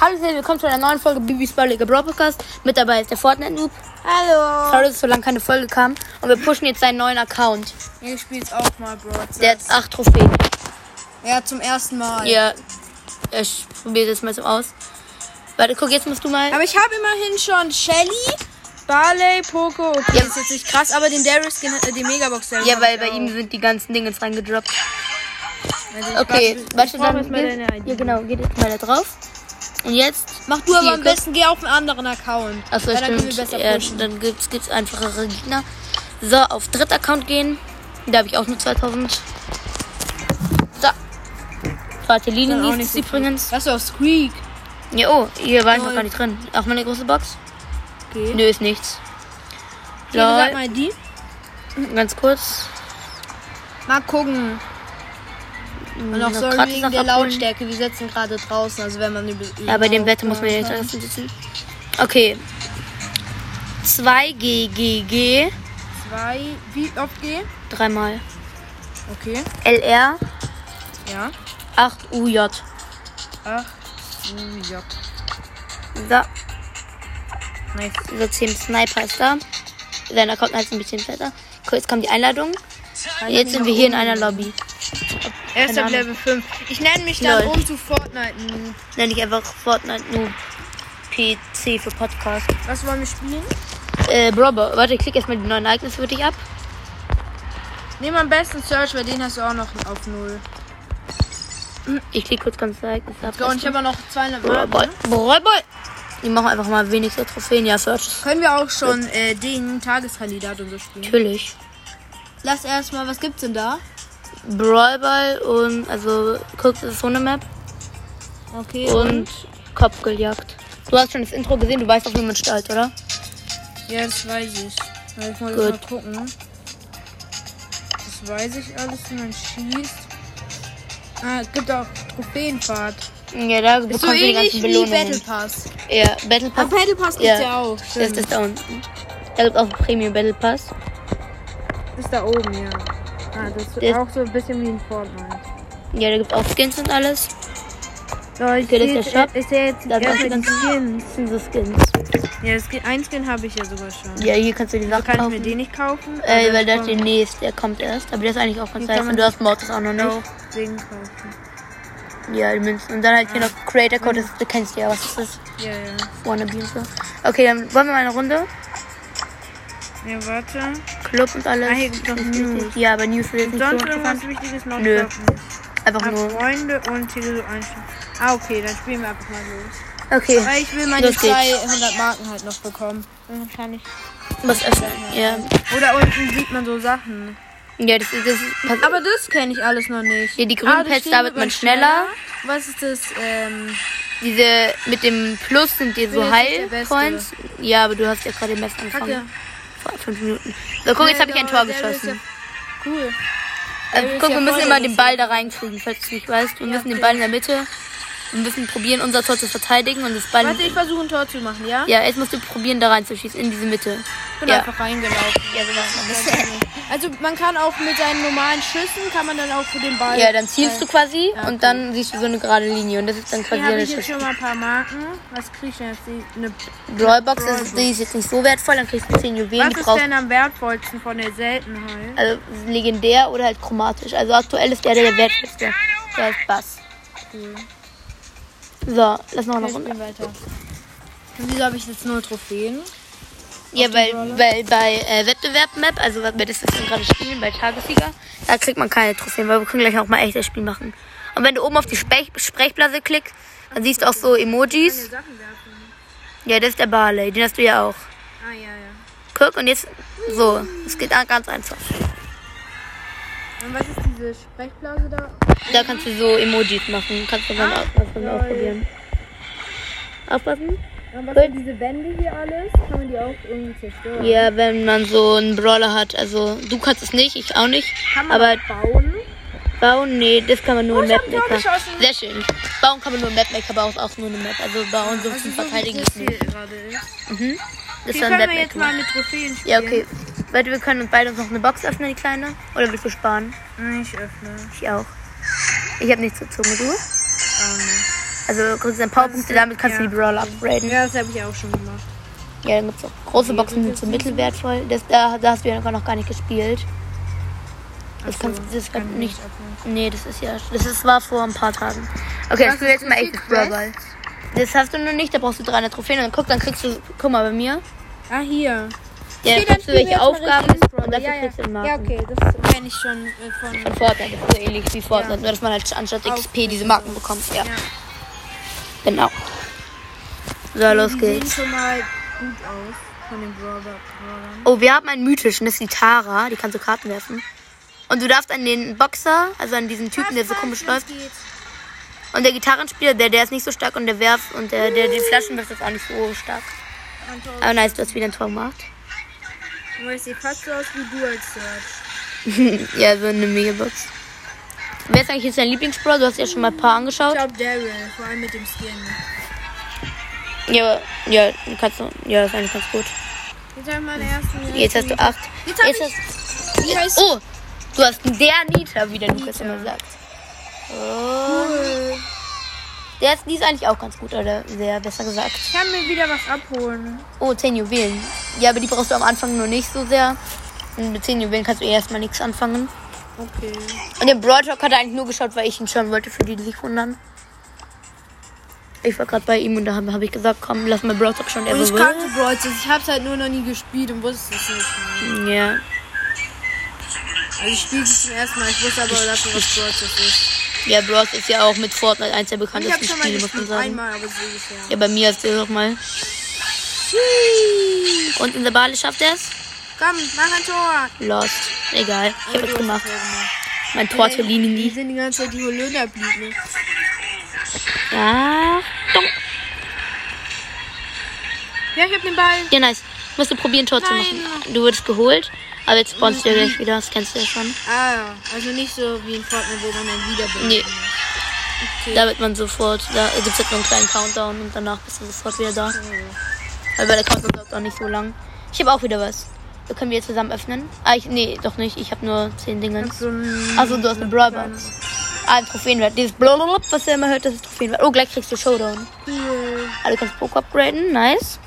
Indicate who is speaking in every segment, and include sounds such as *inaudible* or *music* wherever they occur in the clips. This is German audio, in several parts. Speaker 1: Hallo und willkommen zu einer neuen Folge Bibis Balliger Brawl Podcast. Mit dabei ist der Fortnite Noob.
Speaker 2: Hallo.
Speaker 1: Sorry, dass so lange keine Folge kam. Und wir pushen jetzt seinen neuen Account.
Speaker 2: Ich spiele jetzt auch mal Brawl Stars.
Speaker 1: Der hat 8 Trophäen.
Speaker 2: Ja, zum ersten Mal.
Speaker 1: Ja, ich probiere das mal so aus. Warte, guck, jetzt musst du mal.
Speaker 2: Aber ich habe immerhin schon Shelly, Barley, Poco. Okay,
Speaker 1: Ja.
Speaker 2: ist jetzt nicht krass, aber den Darius, den, äh, den Megabox. den
Speaker 1: Ja,
Speaker 2: hab
Speaker 1: weil
Speaker 2: ich
Speaker 1: bei
Speaker 2: auch.
Speaker 1: ihm sind die ganzen Dinge jetzt reingedroppt.
Speaker 2: Also ich
Speaker 1: Okay,
Speaker 2: warte-
Speaker 1: weißt du,
Speaker 2: ich brauch
Speaker 1: dann
Speaker 2: erst mal
Speaker 1: geht,
Speaker 2: deine ID.
Speaker 1: ja, genau, geht jetzt mal da drauf. Und jetzt
Speaker 2: Mach du aber
Speaker 1: Hier,
Speaker 2: am
Speaker 1: guck.
Speaker 2: besten, geh auf einen anderen Account.
Speaker 1: Achso,
Speaker 2: Weil dann können
Speaker 1: stimmt.
Speaker 2: wir besser
Speaker 1: ja,
Speaker 2: pushen.
Speaker 1: dann gibt's, gibt's einfachere Gegner. So, auf dritter Account gehen. Da habe ich auch nur 2000. So. Zweite Linie
Speaker 2: Dann auch
Speaker 1: hieß
Speaker 2: nicht
Speaker 1: es
Speaker 2: so viel.
Speaker 1: übrigens.
Speaker 2: Lass du auf Squeak.
Speaker 1: Ja, oh, hier war ich noch
Speaker 2: Lol.
Speaker 1: gar nicht drin. Auch meine große Box?
Speaker 2: Okay.
Speaker 1: Nö, ist nichts.
Speaker 2: Hier, sag
Speaker 1: Lol,
Speaker 2: mal die.
Speaker 1: ganz kurz.
Speaker 2: Mal gucken. Und auch
Speaker 1: Noch
Speaker 2: sorry
Speaker 1: gratis
Speaker 2: wegen
Speaker 1: noch
Speaker 2: der
Speaker 1: abholen.
Speaker 2: Lautstärke. Wir sitzen gerade draußen, also wenn man über.
Speaker 1: Ja, bei dem Wetter muss man ja nicht draußen sitzen. Okay. 2GGG.
Speaker 2: Zwei. Wie oft geh?
Speaker 1: Dreimal.
Speaker 2: Okay.
Speaker 1: LR
Speaker 2: Ja.
Speaker 1: 8UJ.
Speaker 2: Ach, du Jock.
Speaker 1: So.
Speaker 2: Nice.
Speaker 1: Unser Team Sniper ist da. Sein Account heißt ein bisschen fetter. Cool, jetzt kommt die Einladung. Und jetzt sind wir hier in einer Lobby.
Speaker 2: Er ist
Speaker 1: Keine
Speaker 2: auf
Speaker 1: Ahnung.
Speaker 2: Level 5. Ich nenne mich dann
Speaker 1: Lol.
Speaker 2: um zu Fortnite. Noob.
Speaker 1: Nenne ich einfach Fortnite Noob PC für Podcast.
Speaker 2: Was wollen wir spielen?
Speaker 1: Äh, Robber, warte, ich klicke erstmal die neuen Ereignisse für dich ab.
Speaker 2: Nehmen am besten Search, weil den hast du auch noch auf Null.
Speaker 1: Ich klicke kurz ganz Ereignisse ab.
Speaker 2: So, und ich habe auch noch 200 Marken.
Speaker 1: Brawlball. Brawlball. Die machen einfach mal weniger Trophäen. Ja, Search.
Speaker 2: Können wir auch schon äh, den Tageskandidat und so spielen?
Speaker 1: Natürlich.
Speaker 2: Lass erstmal, was gibt's denn da?
Speaker 1: Brawlball und, also, guck, das ist so eine Map.
Speaker 2: Okay.
Speaker 1: Und
Speaker 2: Mhm.
Speaker 1: Kopfgeljagd. Du hast schon das Intro gesehen, du weißt auch, wie man stalt, oder?
Speaker 2: Ja, das weiß ich. Aber Ich muss
Speaker 1: Gut.
Speaker 2: mal gucken. Das weiß ich alles, wie man schießt. Ah, es gibt auch Trophäenfahrt.
Speaker 1: Ja, da
Speaker 2: Ist
Speaker 1: bekommst
Speaker 2: so
Speaker 1: du die
Speaker 2: ähnlich
Speaker 1: ganzen
Speaker 2: wie
Speaker 1: Belohnungen.
Speaker 2: Battle Pass.
Speaker 1: Ja, Battle
Speaker 2: Ah,
Speaker 1: Pass.
Speaker 2: Battle Pass gibt's
Speaker 1: Ja.
Speaker 2: ja, auch.
Speaker 1: Das
Speaker 2: Stimmt.
Speaker 1: ist das da unten. Da gibt es auch einen Premium Battle Pass.
Speaker 2: Ist da oben, ja. Ah, das ist
Speaker 1: Der-
Speaker 2: auch so ein bisschen wie ein Fortnite.
Speaker 1: Ja, da gibt es auch Skins und alles.
Speaker 2: So, ich
Speaker 1: Okay, das ist der Shop.
Speaker 2: Ich sehe jetzt die
Speaker 1: Da sind auch die
Speaker 2: ganzen
Speaker 1: ganzen
Speaker 2: Skins.
Speaker 1: sind so Skins.
Speaker 2: Ja, das Skin, ein Skin habe ich ja sogar schon.
Speaker 1: Ja, hier kannst du die
Speaker 2: Da
Speaker 1: Sachen
Speaker 2: kann ich
Speaker 1: kaufen.
Speaker 2: mir den nicht kaufen.
Speaker 1: äh, weil der
Speaker 2: das
Speaker 1: ist demnächst, der kommt erst. Aber der ist eigentlich auch ganz
Speaker 2: Hier
Speaker 1: nice.
Speaker 2: kann man Genau.
Speaker 1: Und du hast Mortis auch noch nicht.
Speaker 2: auch den kaufen.
Speaker 1: Ja, die Münzen. Und dann halt hier noch Creator Code, das, das kennst du ja, was das ist.
Speaker 2: Ja, ja.
Speaker 1: Wannabe und so. Okay, dann wollen wir mal eine Runde.
Speaker 2: Ja, warte.
Speaker 1: Club und alles.
Speaker 2: Ah, hier gibt's noch News.
Speaker 1: Ja, aber News will jetzt nicht so
Speaker 2: Sonst irgendwas
Speaker 1: interessant.
Speaker 2: Wichtiges noch?
Speaker 1: Nö.
Speaker 2: Ich glaub nicht.
Speaker 1: Einfach
Speaker 2: Ah,
Speaker 1: nur.
Speaker 2: Freunde und hier so einstellen. Ah, okay, dann spielen wir einfach mal los.
Speaker 1: Okay,
Speaker 2: Weil ich will meine
Speaker 1: Los geht's.
Speaker 2: 200 Marken halt noch bekommen. Und Wahrscheinlich.
Speaker 1: was öffnen. Ja.
Speaker 2: Oder unten sieht man so Sachen.
Speaker 1: Ja, das ist. Das ist pass-
Speaker 2: Aber das kenne ich alles noch nicht. Ah,
Speaker 1: Ja, die grünen
Speaker 2: da
Speaker 1: Pads,
Speaker 2: steht
Speaker 1: da wird man schneller.
Speaker 2: Was ist das? Ähm,
Speaker 1: Diese mit dem Plus sind dir so
Speaker 2: Bin jetzt nicht der
Speaker 1: Heilpoints. Ja, aber du hast ja gerade den besten angefangen.
Speaker 2: Kacke.
Speaker 1: Vor fünf Minuten. So, guck, jetzt habe ich ein Tor
Speaker 2: genau, der ist
Speaker 1: geschossen.
Speaker 2: ja Cool. der
Speaker 1: Äh,
Speaker 2: ist
Speaker 1: guck,
Speaker 2: ja
Speaker 1: wir müssen
Speaker 2: voll
Speaker 1: immer den
Speaker 2: aggressiv.
Speaker 1: Ball da reinkriegen, falls du es nicht weißt. Wir
Speaker 2: Ja,
Speaker 1: müssen den
Speaker 2: okay.
Speaker 1: Ball in der Mitte. Wir müssen probieren, unser Tor zu verteidigen und das Ball.
Speaker 2: Warte, ich versuche ein Tor zu machen, ja?
Speaker 1: ja, jetzt musst du probieren, da reinzuschießen, in diese Mitte.
Speaker 2: Ich bin
Speaker 1: ja.
Speaker 2: einfach reingelaufen.
Speaker 1: Ja, so macht man das.
Speaker 2: Also man kann auch mit seinen normalen Schüssen, kann man dann auch für den Ball...
Speaker 1: Ja, dann zielst du quasi
Speaker 2: Ja,
Speaker 1: und dann siehst du so eine gerade Linie und das ist dann quasi
Speaker 2: Hier habe
Speaker 1: eine
Speaker 2: ich jetzt
Speaker 1: Schuss.
Speaker 2: schon mal ein paar Marken. Was kriege ich denn jetzt? Die- Eine,
Speaker 1: Brawlbox
Speaker 2: Brawlbox.
Speaker 1: ist, also die ist jetzt nicht so wertvoll, dann kriegst du 10 Juwelen,
Speaker 2: was
Speaker 1: die
Speaker 2: ist
Speaker 1: brauchst
Speaker 2: denn am wertvollsten von der Seltenheit?
Speaker 1: also legendär oder halt chromatisch. Also aktuell ist der der wertvollste. Der ist Bass.
Speaker 2: Cool.
Speaker 1: So, lass noch eine
Speaker 2: Wir
Speaker 1: Runde.
Speaker 2: spielen weiter. Und wieso habe ich jetzt nur Trophäen?
Speaker 1: Ja, weil, weil bei äh, Wettbewerb-Map, also was wir das jetzt gerade spielen, bei Tagessieger, da kriegt man keine Trophäen, weil wir können gleich auch mal echtes Spiel machen. Und wenn du oben auf die Sprech Sprechblase klickst, dann siehst du auch so Emojis.
Speaker 2: Sachen werfen.
Speaker 1: Ja, das ist der Barley, den hast du ja auch.
Speaker 2: Ah, ja, ja.
Speaker 1: Guck, und jetzt so. Es geht ganz einfach.
Speaker 2: Und was ist diese Sprechblase da?
Speaker 1: Da kannst du so Emojis machen. Kannst du dann
Speaker 2: Ah,
Speaker 1: auch, kannst du dann
Speaker 2: lol.
Speaker 1: ausprobieren. Aufpassen?
Speaker 2: Und was sind diese Wände hier alles? Kann man die auch irgendwie zerstören?
Speaker 1: Ja, wenn man so einen Brawler hat. Also, du kannst es nicht, ich auch nicht.
Speaker 2: Kann man
Speaker 1: Aber
Speaker 2: was bauen?
Speaker 1: bauen, nee, das kann man nur
Speaker 2: Oh,
Speaker 1: im
Speaker 2: ich hab ein Tor
Speaker 1: Mapmaker.
Speaker 2: geschossen.
Speaker 1: Sehr schön. Bauen kann man nur im Mapmaker, aber auch, auch nur im Map. Also, bauen so zum Verteidigen ist nicht. Das
Speaker 2: Hier
Speaker 1: war ein
Speaker 2: können wir jetzt
Speaker 1: Mapmaker.
Speaker 2: mal mit Trophäen spielen.
Speaker 1: Ja, okay. Warte, wir können uns beide uns noch eine Box öffnen, die kleine. Oder willst du sparen?
Speaker 2: Hm, Ich öffne.
Speaker 1: Ich auch. Ich habe nichts gezogen, du?
Speaker 2: Ähm,
Speaker 1: Also du kriegst dann Powerpunkte,
Speaker 2: Das-
Speaker 1: damit kannst du
Speaker 2: ja.
Speaker 1: die Brawler upgraden. Ja,
Speaker 2: Ja, das habe ich auch schon gemacht.
Speaker 1: dann gibt's auch große Boxen, sind so mittelwertvoll. Das, da, da hast du ja einfach noch gar nicht gespielt. Das
Speaker 2: Ach
Speaker 1: kannst
Speaker 2: so,
Speaker 1: du das
Speaker 2: kann
Speaker 1: kann
Speaker 2: ich
Speaker 1: nicht.
Speaker 2: abnehmen.
Speaker 1: Nee, das ist ja. Das ist, war vor ein paar Tagen. Okay,
Speaker 2: Was
Speaker 1: das ist jetzt
Speaker 2: ist
Speaker 1: mal
Speaker 2: die
Speaker 1: echtes
Speaker 2: Quest?
Speaker 1: Brawl. Das hast du noch nicht, da brauchst du 300 Trophäen. Und dann guck, dann kriegst du. Guck mal bei mir.
Speaker 2: Ah, hier.
Speaker 1: Ja, dann
Speaker 2: Hier,
Speaker 1: kriegst du
Speaker 2: spielen wir
Speaker 1: welche
Speaker 2: jetzt mal
Speaker 1: Aufgaben
Speaker 2: richtiges Brawl.
Speaker 1: und dafür
Speaker 2: ja, ja.
Speaker 1: kriegst du einen Marken.
Speaker 2: Ja, okay, das kenne ich schon äh, von.
Speaker 1: Und Fortnite ist so ähnlich wie Fortnite,
Speaker 2: Ja.
Speaker 1: nur dass man halt anstatt
Speaker 2: Auf-
Speaker 1: XP diese Marken bekommt. Ja,
Speaker 2: Ja.
Speaker 1: genau. So, los
Speaker 2: die
Speaker 1: geht's.
Speaker 2: sehen schon mal gut aus von den Brawler- Brawlern.
Speaker 1: Oh, wir haben einen mythischen, das ist die Tara, die kann so Karten werfen. Und du darfst an den Boxer, also an diesen Typen, der so komisch läuft, und der Gitarrenspieler, der, der ist nicht so stark und der werft und der, der die Flaschen wirft, ist auch nicht so stark. Aber nice, du hast wieder ein Tor gemacht. *laughs*
Speaker 2: Aber ich sehe fast so aus wie du als Search.
Speaker 1: ja, so eine Megabox. Wer ist eigentlich jetzt dein Lieblingsbrawler? Du hast ja schon mal ein paar
Speaker 2: Ich
Speaker 1: angeschaut.
Speaker 2: glaube Daryl, vor allem mit dem Skin.
Speaker 1: Ja, ja, kannst du, ja, ist eigentlich ganz gut.
Speaker 2: Jetzt habe ich meinen ersten.
Speaker 1: Jetzt hast du acht.
Speaker 2: Jetzt hab
Speaker 1: hast-
Speaker 2: Wie heißt
Speaker 1: Oh, du hast einen der Nita, wie der Lukas
Speaker 2: Nita.
Speaker 1: immer sagt. Oh.
Speaker 2: Cool.
Speaker 1: Der ist, die ist eigentlich auch ganz gut, oder sehr besser gesagt.
Speaker 2: Ich kann mir wieder was abholen.
Speaker 1: Oh, 10 Juwelen. Ja, aber die brauchst du am Anfang nur nicht so sehr. Und mit 10 Juwelen kannst du eh erstmal nichts anfangen.
Speaker 2: Okay.
Speaker 1: Und der Brawl Talk hat er eigentlich nur geschaut, weil ich ihn schauen wollte für die, die sich wundern. Ich war gerade bei ihm und da habe hab ich gesagt, komm, lass mal Brawl Talk schauen. Er
Speaker 2: Und ich
Speaker 1: so,
Speaker 2: kannte Brawl Stars. Ich hab's halt nur noch nie gespielt und wusste es nicht.
Speaker 1: Ja.
Speaker 2: Also ich spiele es zum ersten Mal. Ich wusste aber dafür, was Brawl Stars ist.
Speaker 1: Ja, Brawl Stars ist ja auch mit Fortnite eins der
Speaker 2: Und ich habe
Speaker 1: bekanntesten
Speaker 2: schon mal
Speaker 1: Spiele, muss man
Speaker 2: gespielt.
Speaker 1: sagen.
Speaker 2: Einmal, aber so ungefähr.
Speaker 1: Ja, bei mir ist er auch mal. Und in der Bale schafft er es?
Speaker 2: Komm, mach ein Tor.
Speaker 1: Lost. Egal. Ich hab
Speaker 2: Aber
Speaker 1: es
Speaker 2: du hast
Speaker 1: gemacht.
Speaker 2: ein Tor gemacht.
Speaker 1: Mein Tor zur
Speaker 2: Die
Speaker 1: Linie.
Speaker 2: sind die ganze Zeit die Holunderblüten.
Speaker 1: Ja. Dong.
Speaker 2: Ja, ich hab den Ball.
Speaker 1: Ja, nice. Musst du probieren, Tor zu
Speaker 2: Nein.
Speaker 1: machen. Du wurdest geholt, aber jetzt spawnst du ja gleich wieder. Das kennst du ja schon.
Speaker 2: Ah, also nicht so wie in Fortnite, wo man dann wieder bin.
Speaker 1: Nee. Da wird man sofort, da gibt es halt nur einen kleinen Countdown und danach bist du sofort wieder da. Weil bei der Countdown dauert auch nicht so lang. Ich habe auch wieder was. Wir können wir zusammen öffnen. Ah, ich, nee, doch nicht. Ich habe nur zehn Dinge.
Speaker 2: So ein
Speaker 1: Achso, du hast eine Brawlbox. Ah, ein Trophäenwert. Dieses Blablabla, was ihr immer hört, das ist Trophäenwert. Oh, gleich kriegst du Showdown.
Speaker 2: cool.
Speaker 1: Ah, du kannst Poco upgraden. Nice.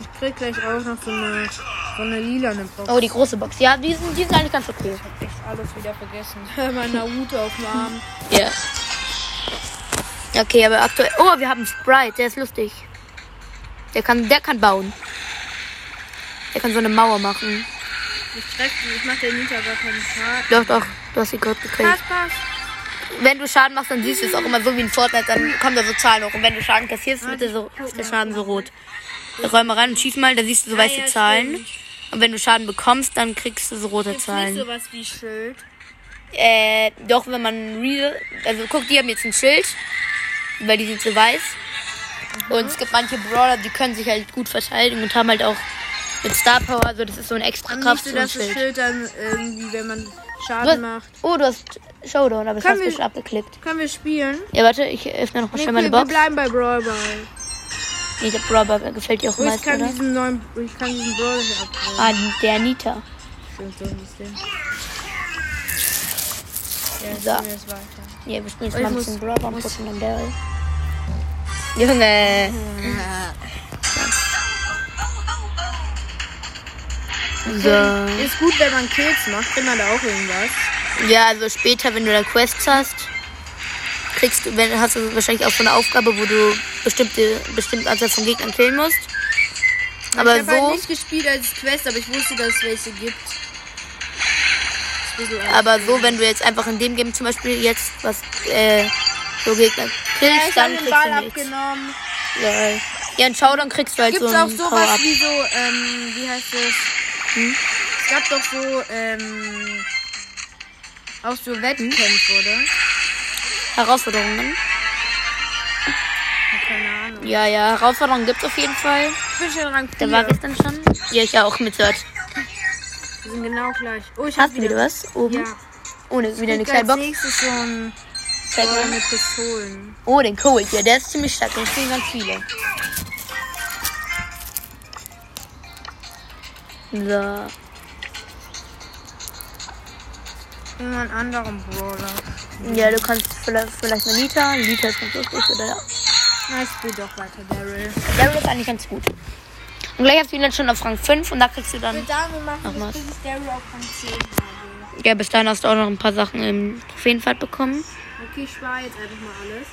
Speaker 2: Ich krieg gleich auch noch so eine, so eine lila eine Box.
Speaker 1: Oh, die große Box. Ja, die sind, die sind eigentlich ganz okay.
Speaker 2: Ich hab echt alles wieder vergessen. *laughs* mein Naruto auf dem Arm.
Speaker 1: Ja. Okay, aber aktuell. Oh, wir haben Sprite. Der ist lustig. Der kann, der kann bauen. Der kann so eine Mauer machen.
Speaker 2: Ich treff die, ich mach der Nita gar keinen Schaden.
Speaker 1: Doch, doch. Du hast sie gerade
Speaker 2: Pass,
Speaker 1: gekriegt.
Speaker 2: pass.
Speaker 1: Wenn du Schaden machst, dann siehst du es auch immer so wie in Fortnite. Dann kommen da so Zahlen hoch. Und wenn du Schaden kassierst, wird der, so, ist der Schaden so rot. Dann Räum mal rein und schieß mal. Da siehst du so weiße
Speaker 2: ja,
Speaker 1: Zahlen.
Speaker 2: stimmt.
Speaker 1: Und wenn du Schaden bekommst, dann kriegst du so rote
Speaker 2: Gibt's nicht
Speaker 1: Zahlen.
Speaker 2: sowas wie Schild.
Speaker 1: Äh, doch, wenn man real. Also guck, die haben jetzt ein Schild, weil die sind so weiß. Und es gibt manche Brawler, die können sich halt gut verteidigen und haben halt auch mit Star Power, also das ist so ein extra
Speaker 2: Dann
Speaker 1: Kraft so
Speaker 2: siehst du,
Speaker 1: ein
Speaker 2: dass das
Speaker 1: Schild.
Speaker 2: Schild dann irgendwie, wenn man
Speaker 1: Du hast,
Speaker 2: Schaden macht.
Speaker 1: oh, du hast Showdown, aber das
Speaker 2: Können
Speaker 1: hast du
Speaker 2: wir-
Speaker 1: schon abgeklickt.
Speaker 2: Können wir spielen?
Speaker 1: Ja, warte, ich öffne noch mal
Speaker 2: Nee,
Speaker 1: schnell
Speaker 2: cool,
Speaker 1: meine
Speaker 2: wir
Speaker 1: Box.
Speaker 2: bleiben bei Brawl Ball.
Speaker 1: Nee, der Brawler gefällt dir auch am
Speaker 2: Oh, ich
Speaker 1: meisten,
Speaker 2: kann
Speaker 1: oder?
Speaker 2: diesen neuen, ich kann diesen Brawl hier abholen.
Speaker 1: Ah, der Nita.
Speaker 2: Stimmt, so ein bisschen. Ja,
Speaker 1: So.
Speaker 2: so. Jetzt weiter.
Speaker 1: Ja, wir spielen jetzt
Speaker 2: Ich
Speaker 1: mal ein
Speaker 2: muss-
Speaker 1: bisschen Brawler und gucken dann Daryl. Junge! So.
Speaker 2: Ist gut, wenn man Kills macht, wenn man da auch irgendwas.
Speaker 1: Ja, also später, wenn du dann Quests hast, kriegst du, wenn, hast du wahrscheinlich auch so eine Aufgabe, wo du bestimmte, bestimmte Anzahl von Gegnern killen musst. Aber
Speaker 2: ich habe
Speaker 1: so,
Speaker 2: halt nicht gespielt als Quest, aber ich wusste, dass es welche gibt. Ist ein bisschen
Speaker 1: aber so, wenn du jetzt einfach in dem Game zum Beispiel jetzt was, äh, so Gegner
Speaker 2: ja,
Speaker 1: killst,
Speaker 2: ich hab
Speaker 1: dann
Speaker 2: den
Speaker 1: kriegst
Speaker 2: Ball
Speaker 1: du nichts.
Speaker 2: abgenommen.
Speaker 1: Ja, ja, in Showdown kriegst du halt
Speaker 2: Gibt's
Speaker 1: so
Speaker 2: auch
Speaker 1: einen Power-Up. Hm?
Speaker 2: sowas wie so, ähm, wie heißt das? Es gab doch so, ähm, auch so
Speaker 1: Hm?
Speaker 2: Wettkämpfe, oder?
Speaker 1: Herausforderungen.
Speaker 2: Keine Ahnung.
Speaker 1: Ja, ja, Herausforderungen gibt's auf jeden Fall.
Speaker 2: Ich bin schon Rang
Speaker 1: Da
Speaker 2: 4.
Speaker 1: war ich dann schon. Ja, ich auch mit Search.
Speaker 2: Die sind genau gleich. Oh, ich
Speaker 1: Hast
Speaker 2: hab
Speaker 1: du wieder was? Oben?
Speaker 2: Ja.
Speaker 1: Ohne, wieder eine
Speaker 2: Ich krieg
Speaker 1: kleine
Speaker 2: als
Speaker 1: Box.
Speaker 2: nächstes so ein
Speaker 1: Zeig
Speaker 2: Ball
Speaker 1: mal.
Speaker 2: mit Pistolen.
Speaker 1: Oh, den Cold hier, der ist ziemlich stark, den spielen ganz viele. So.
Speaker 2: Irgendeinen anderen Brawler.
Speaker 1: Ja, du kannst vielleicht, vielleicht mal Nita. Nita ist ganz lustig, oder?
Speaker 2: Na, ich spiel doch weiter, Daryl.
Speaker 1: Daryl ist eigentlich ganz gut. Und gleich hast du ihn dann schon auf Rang 5 und da kriegst du dann.
Speaker 3: Wir sagen, wir machen
Speaker 1: Nochmal.
Speaker 3: das, bis ich Daryl auf Rang 10 habe.
Speaker 1: Ja, bis dahin hast du auch noch ein paar Sachen im Trophäenfahrt bekommen.
Speaker 2: Okay, ich spare jetzt einfach mal alles.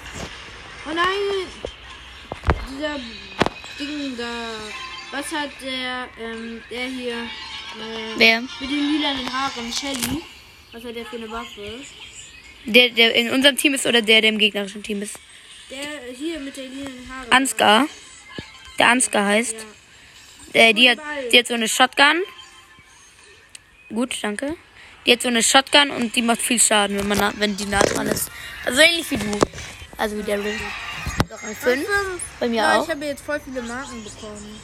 Speaker 2: Oh nein! Dieser Ding da. Was hat der, ähm, der hier äh,
Speaker 1: Wer?
Speaker 2: mit den lilanen Haaren, Shelly? Was hat der für eine Waffe?
Speaker 1: Der, der in unserem Team ist oder der, der im gegnerischen Team ist.
Speaker 2: Der hier mit den lilanen Haaren.
Speaker 1: Ansgar. Der Ansgar heißt. Äh, die, hat, die hat so eine Shotgun. Gut, danke. Die hat so eine Shotgun und die macht viel Schaden, wenn, man nah, wenn die nah dran ist. Also ähnlich wie du. Also wie der Rill. Doch ein 5. Bei mir
Speaker 2: ja,
Speaker 1: auch.
Speaker 2: ich habe jetzt voll viele Marken bekommen.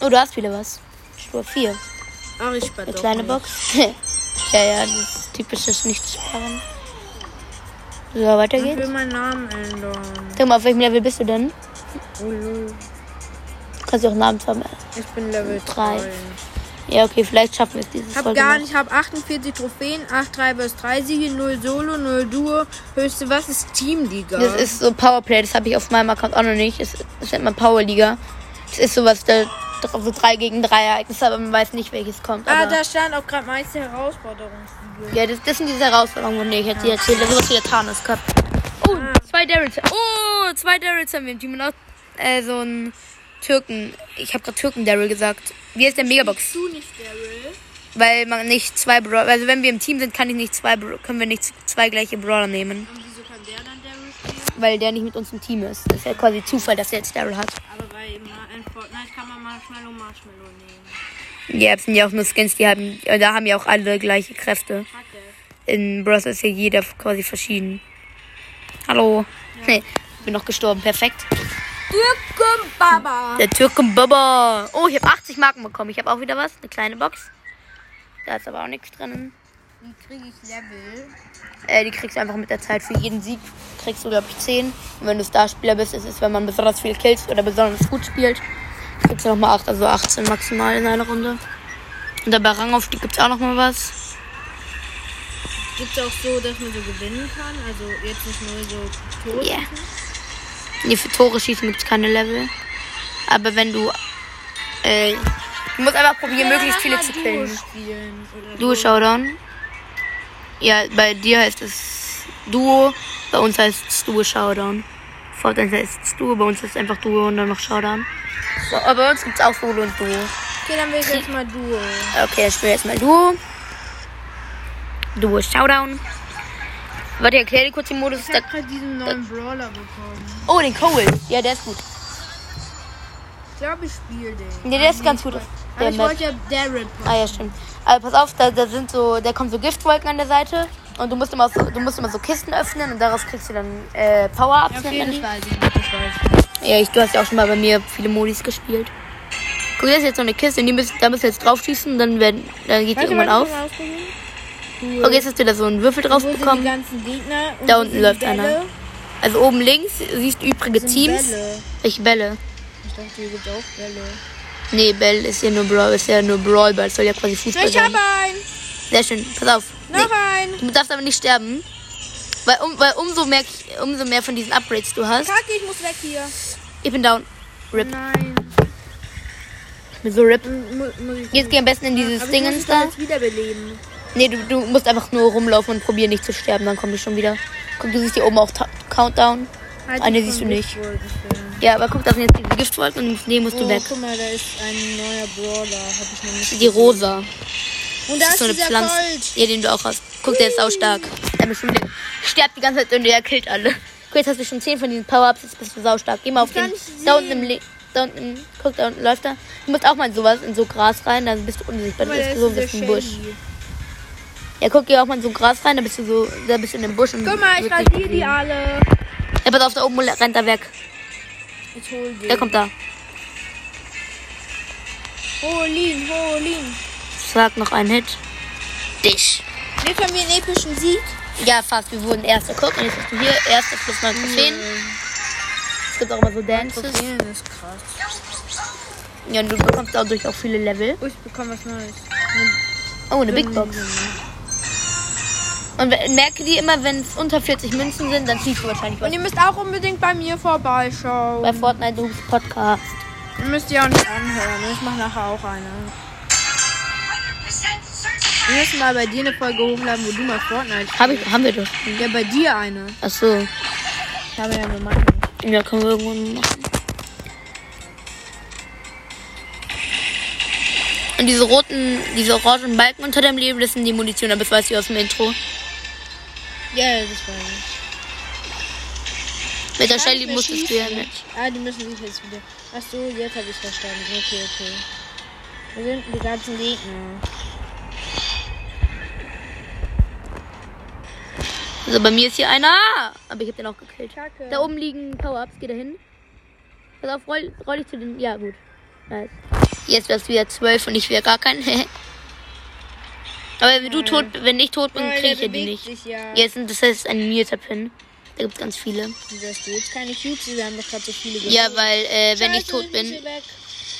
Speaker 1: Oh, du hast wieder was. Spur 4.
Speaker 2: Ach, ich spare
Speaker 1: Eine
Speaker 2: doch.
Speaker 1: kleine
Speaker 2: nicht.
Speaker 1: Box. *laughs* ja, ja, das typische Nichtsparen. So, weiter
Speaker 2: Ich will
Speaker 1: geht's.
Speaker 2: meinen Namen ändern.
Speaker 1: Sag mal, auf welchem Level bist du denn?
Speaker 2: Oh, lol.
Speaker 1: Kannst du auch Namen vermerken.
Speaker 2: ich bin Level
Speaker 1: Drei.
Speaker 2: 3.
Speaker 1: Ja, okay, vielleicht schaffen wir es dieses
Speaker 2: Ich hab gar nicht, hab 48 Trophäen, 8 3 bis 3 Siege, 0 Solo, 0 Duo. Höchste, was ist Teamliga?
Speaker 1: Das ist so Powerplay, das habe ich auf meinem Account auch noch nicht. Das, das nennt man Powerliga. Das ist sowas, da so 3 gegen 3 Ereignisse, aber man weiß nicht, welches kommt.
Speaker 2: ah,
Speaker 1: Aber,
Speaker 2: da stand auch gerade meiste Herausforderungsvideo.
Speaker 1: ja, das, das sind diese Herausforderungen, die ich jetzt hier erzähle. Sowas wie der Thanos Cup. Oh,
Speaker 2: Ah.
Speaker 1: zwei Daryls. Oh, zwei Daryls haben wir im Team. Und auch äh, so ein Türken. Ich habe gerade Türken-Daryl gesagt. Wie heißt der Megabox?
Speaker 3: Du nicht Daryl.
Speaker 1: Weil man nicht zwei Brawler... Also wenn wir im Team sind, kann ich nicht zwei, Bra- können wir nicht zwei gleiche Brawler nehmen.
Speaker 3: Und wieso kann der dann Daryl spielen?
Speaker 1: Weil der nicht mit uns im Team ist. Das ist ja quasi Zufall, dass er jetzt Daryl hat.
Speaker 3: Aber bei Ma- in Fortnite kann man Marshmallow Marshmallow nehmen.
Speaker 1: Ja, es sind ja auch nur Skins, die haben, äh, da haben ja auch alle gleiche Kräfte.
Speaker 3: Kacke.
Speaker 1: In Bros ist ja jeder quasi verschieden. Hallo. Nee, bin noch gestorben, perfekt.
Speaker 2: Türken Baba.
Speaker 1: Der Türkenbaba. Oh, ich habe 80 Marken bekommen. Ich habe auch wieder was, eine kleine Box. Da ist aber auch nichts drinnen.
Speaker 2: Wie kriege ich Level?
Speaker 1: Äh, die kriegst du einfach mit der Zeit. Für jeden Sieg kriegst du, glaube ich, 10. Und wenn du Starspieler bist, ist es, wenn man besonders viel kills oder besonders gut spielt, kriegst du nochmal 8, also 18 maximal in einer Runde. Und dabei Rangaufstieg gibt's auch nochmal was.
Speaker 2: Gibt's auch so, dass man so gewinnen kann? Also jetzt nicht nur so tot.
Speaker 1: Ja. Nee, für Tore schießen gibt es keine Level. Aber wenn du. Äh, du musst einfach probieren, möglichst viele zu killen.
Speaker 2: Spielen oder
Speaker 1: Duo Showdown. Ja, bei dir heißt es Duo, bei uns heißt es Duo Showdown. Fortnite heißt es Duo, bei uns ist es einfach Duo und dann noch Showdown. So, aber bei uns gibt es auch Solo und Duo.
Speaker 2: Okay, dann will ich jetzt mal Duo.
Speaker 1: Okay, ich spiele jetzt mal Duo. Duo Showdown. Warte, ich erklär dir kurz den Modus.
Speaker 2: Ich
Speaker 1: Da-
Speaker 2: hab gerade diesen neuen Brawler bekommen.
Speaker 1: Oh, den Cole. Ja, der ist gut.
Speaker 2: Ich glaube, ich spiele den.
Speaker 1: Nee, der ist ganz gut.
Speaker 2: Aber
Speaker 1: Der
Speaker 2: Ah, ich
Speaker 1: Map.
Speaker 2: wollte ja Daryl
Speaker 1: Ah ja, stimmt. Aber pass auf, da, da sind so, da kommen so Giftwolken an der Seite und du musst immer so, du musst immer so Kisten öffnen und daraus kriegst du dann äh, Power-Ups. nennt man die.
Speaker 2: weiß ich nicht, das weiß ich.
Speaker 1: ja, ich, du hast ja auch schon mal bei mir viele Modis gespielt. Guck, das ist jetzt so eine Kiste, und die müssen, da müssen wir jetzt drauf schießen und dann, werden, dann geht die irgendwann auf.
Speaker 2: Cool.
Speaker 1: Okay, jetzt hast du da so einen Würfel drauf
Speaker 2: Wo sind die
Speaker 1: bekommen.
Speaker 2: ganzen Gegner? Und
Speaker 1: Da
Speaker 2: wo
Speaker 1: unten
Speaker 2: sind
Speaker 1: läuft
Speaker 2: die Bälle?
Speaker 1: einer. Also oben links siehst du übrige
Speaker 2: Sind
Speaker 1: Teams.
Speaker 2: Bälle.
Speaker 1: Welche Bälle?
Speaker 2: Ich dachte, hier gibt auch Bälle.
Speaker 1: Nee, Bälle ist ja nur Brawl, ist ja nur Brawl, Ball soll ja quasi Fußball
Speaker 2: Ich
Speaker 1: sein.
Speaker 2: habe einen.
Speaker 1: Sehr schön, pass auf. Nee.
Speaker 2: Noch einen.
Speaker 1: Du darfst aber nicht sterben. Weil, um, weil umso, mehr, umso mehr von diesen Upgrades du hast.
Speaker 2: Kacke, ich muss weg hier.
Speaker 1: Ich bin down. Rip.
Speaker 2: Nein.
Speaker 1: Ich bin so rip.
Speaker 2: Mu muss ich
Speaker 1: Jetzt geh am besten in dieses
Speaker 2: Aber ich muss
Speaker 1: Dingens
Speaker 2: mich doch
Speaker 1: da.
Speaker 2: jetzt wiederbeleben.
Speaker 1: Nee, du, du musst einfach nur rumlaufen und probieren nicht zu sterben. Dann komme ich schon wieder. Guck, du siehst hier oben auch Ta Countdown.
Speaker 2: Halt
Speaker 1: Ah, nee,
Speaker 2: die
Speaker 1: siehst du
Speaker 2: von
Speaker 1: nicht.
Speaker 2: Lichtwolken.
Speaker 1: Ja, aber guck, das sind jetzt diese Giftwolken und nee, musst
Speaker 2: Oh,
Speaker 1: du weg.
Speaker 2: guck mal, da ist ein neuer Brawler. Hab ich noch nicht.
Speaker 1: Die rosa.
Speaker 2: Und da
Speaker 1: Das ist
Speaker 2: ist
Speaker 1: so eine
Speaker 2: dieser
Speaker 1: Pflanze.
Speaker 2: Colt.
Speaker 1: Ja, den du auch hast. Guck, der ist auch stark. Der mich schon wieder- sterbt die ganze Zeit und der killt alle. Guck, jetzt hast du schon 10 von diesen Power-Ups, jetzt bist du saustark. Geh mal auf
Speaker 2: kann
Speaker 1: den.
Speaker 2: nicht
Speaker 1: Da unten im Le da unten, im- guck, da unten läuft er. Du musst auch mal in sowas, in so Gras rein, dann bist du unsichtbar.
Speaker 2: Guck
Speaker 1: Du
Speaker 2: mal, da
Speaker 1: bist
Speaker 2: ist
Speaker 1: so ein
Speaker 2: dieser
Speaker 1: bisschen Busch.
Speaker 2: Shelly.
Speaker 1: Ja, guck, geh auch mal in so Gras rein, dann bist du so, da bist du in dem Busch. Und
Speaker 2: Guck mal, ich
Speaker 1: wird nicht
Speaker 2: rasiere die
Speaker 1: gesehen.
Speaker 2: alle.
Speaker 1: Ja, pass auf, da oben rennt er weg.
Speaker 2: Ich hol den.
Speaker 1: Der kommt da.
Speaker 2: Hol ihn, hol ihn.
Speaker 1: Sag noch einen Hit. Dich.
Speaker 2: Jetzt haben wir einen epischen Sieg.
Speaker 1: Ja, fast, wir wurden Erster. Guck, und jetzt bist du hier. Erster plus 9 Trophäen. Es gibt auch immer so Dances.
Speaker 2: Das ist krass.
Speaker 1: Ja, und du bekommst dadurch auch viele Level.
Speaker 2: Oh, ich bekomme was Neues.
Speaker 1: Oh, eine Big Box. Und we- merke dir immer, wenn es unter 40 Münzen sind, dann ziehst du wahrscheinlich
Speaker 2: Und
Speaker 1: was.
Speaker 2: ihr müsst auch unbedingt bei mir vorbeischauen.
Speaker 1: Bei Fortnite du Podcast.
Speaker 2: Müsst ihr auch nicht anhören. Ich mache nachher auch eine. Wir müssen mal bei dir eine Folge hochladen, wo du mal Fortnite spielst.
Speaker 1: Hab ich, haben wir doch.
Speaker 2: Ja, bei dir eine.
Speaker 1: Ach so.
Speaker 2: Ich habe ja gemacht.
Speaker 1: Ja, können wir irgendwo machen. Und diese roten, diese orangen Balken unter deinem Leben, das sind die Munition, aber das weiß ich aus dem Intro.
Speaker 2: Ja, das war ich.
Speaker 1: Mit der
Speaker 2: Kann
Speaker 1: Shelly
Speaker 2: ich mir
Speaker 1: musstest du ja
Speaker 2: schießen?
Speaker 1: nicht.
Speaker 2: Ah, die müssen sich jetzt wieder. Ach so, jetzt habe ich verstanden. Okay, okay. Wo sind denn die ganzen Gegner?
Speaker 1: Also bei mir ist hier einer, aber ich hab den auch gekillt.
Speaker 2: Kacke.
Speaker 1: Da oben liegen Power-Ups, geh da hin. Pass auf, roll, roll ich zu den. Ja, gut. Nice. Jetzt wärst du wieder zwölf und ich wäre gar kein. *laughs* aber wenn du tot, wenn ich tot bin,
Speaker 2: Weil
Speaker 1: krieg ich ja
Speaker 2: Äh. der
Speaker 1: die
Speaker 2: bewegt
Speaker 1: nicht.
Speaker 2: Sich ja.
Speaker 1: Jetzt, sind- das heißt animierter Pin. Da gibt's ganz viele.
Speaker 2: Dieser ist jetzt keine Cubes, wir haben doch gerade so viele
Speaker 1: Ja,
Speaker 2: geholt.
Speaker 1: weil äh, wenn ich
Speaker 2: Scheiße,
Speaker 1: tot
Speaker 2: sind
Speaker 1: bin,
Speaker 2: sie weg.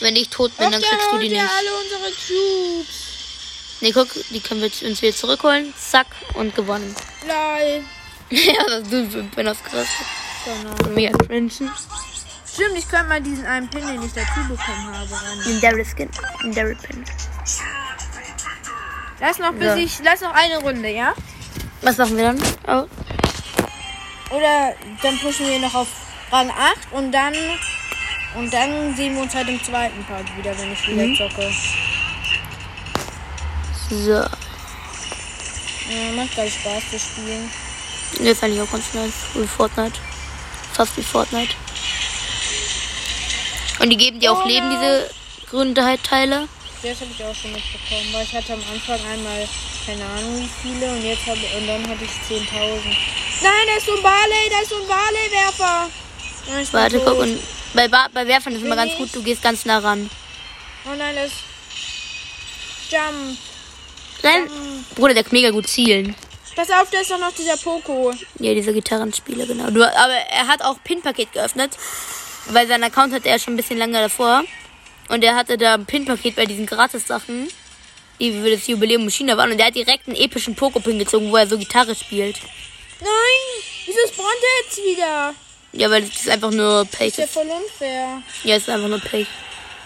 Speaker 1: wenn ich tot bin,
Speaker 2: Och,
Speaker 1: dann
Speaker 2: der
Speaker 1: kriegst du
Speaker 2: holt
Speaker 1: die
Speaker 2: ja
Speaker 1: nicht.
Speaker 2: alle unsere Cubes.
Speaker 1: Nee, guck, die können wir uns wieder zurückholen. Zack und gewonnen. *laughs*
Speaker 2: Lol.
Speaker 1: ja, das du bin ausgerüstet.
Speaker 2: Genau.
Speaker 1: Mega cringe.
Speaker 2: Stimmt, ich könnte mal diesen einen Pin, den ich dazu bekommen habe, ran.
Speaker 1: Den Daryl Skin, den Daryl Pin.
Speaker 2: Lass noch bis
Speaker 1: So.
Speaker 2: ich. Lass noch eine Runde, ja?
Speaker 1: Was machen wir dann? Oh.
Speaker 2: Oder dann pushen wir noch auf Rang 8 und dann. Und dann sehen wir uns halt im zweiten Part wieder, wenn ich
Speaker 1: Mhm.
Speaker 2: wieder zocke.
Speaker 1: So.
Speaker 2: Ja, macht ganz Spaß zu spielen.
Speaker 1: Jetzt eigentlich auch ganz nice. Wie Fortnite. Fast wie Fortnite. Und die geben dir auch Leben, diese grünen Teile.
Speaker 2: Das habe ich auch schon mitbekommen, weil ich hatte am Anfang einmal keine Ahnung wie viele und jetzt habe und dann hatte ich 10.000. Nein, da ist so ein Barley, da ist so ein Barley-Werfer. Nein, ich bin
Speaker 1: Warte, guck.
Speaker 2: tot.
Speaker 1: Und bei, Ba- bei Werfern ist immer
Speaker 2: Bin
Speaker 1: ganz gut,
Speaker 2: ich?
Speaker 1: du gehst ganz nah ran.
Speaker 2: Oh nein, das. Jump.
Speaker 1: Nein, Bruder, der kann mega gut zielen.
Speaker 2: Pass auf, da ist doch noch dieser Poco.
Speaker 1: Ja, diese Gitarrenspiele, genau. Du, aber er hat auch Pin-Paket geöffnet, weil seinen Account hatte er schon ein bisschen lange davor. Und er hatte da ein Pin-Paket bei diesen Gratis-Sachen, die für das Jubiläum in China waren. Und er hat direkt einen epischen Pokopin gezogen, wo er so Gitarre spielt.
Speaker 2: Nein! Wieso ist Bronte jetzt wieder?
Speaker 1: Ja, weil das ist einfach nur Pech.
Speaker 2: Ist ja voll unfair.
Speaker 1: Ja, es ist einfach nur Pech.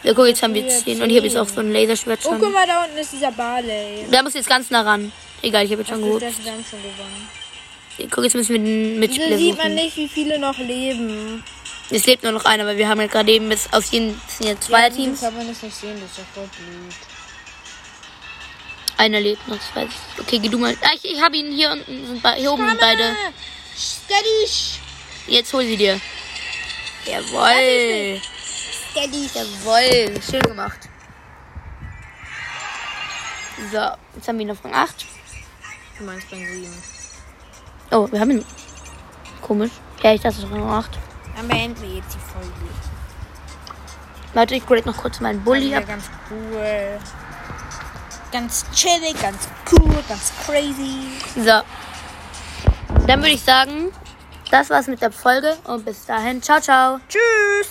Speaker 1: Ja, guck, jetzt haben wir 10. Und ich habe jetzt auch so ein Laserschwert
Speaker 2: Oh, guck
Speaker 1: schon.
Speaker 2: mal, da unten ist dieser Barley.
Speaker 1: Da muss jetzt ganz nah ran. Egal, ich habe jetzt schon
Speaker 2: Das,
Speaker 1: geholt.
Speaker 2: das, wir haben schon gewonnen.
Speaker 1: Ja, Guck, jetzt müssen wir den
Speaker 2: Wieso
Speaker 1: Mitspieler
Speaker 2: sieht man
Speaker 1: suchen.
Speaker 2: nicht, wie viele noch leben?
Speaker 1: Es lebt nur noch einer, weil wir haben ja gerade eben bis auf jeden es sind ja zwei
Speaker 2: Wieso
Speaker 1: Teams.
Speaker 2: kann man das nicht sehen, das ist ja voll blöd.
Speaker 1: Einer lebt noch, ich weiß. nicht. Okay, geh du mal. Ah, ich, ich habe ihn hier unten, sind bei, hier oben sind beide.
Speaker 2: Ah, Steady, sch-
Speaker 1: Jetzt hol sie dir. Jawoll.
Speaker 2: steady.
Speaker 1: Jawoll. Schön gemacht. So, jetzt haben wir ihn auf Rang 8.
Speaker 2: Du meinst Rang 7.
Speaker 1: Oh, wir haben ihn. Komisch. Ja, ich dachte es ist Rang 8.
Speaker 2: Dann beenden wir jetzt die Folge.
Speaker 1: Warte, ich grade noch kurz meinen Bulli
Speaker 2: Ja,
Speaker 1: ab.
Speaker 2: ganz cool. Ganz chillig, ganz cool, ganz crazy.
Speaker 1: So. Dann würde ich sagen, das war's mit der Folge und bis dahin. Ciao, ciao.
Speaker 2: Tschüss.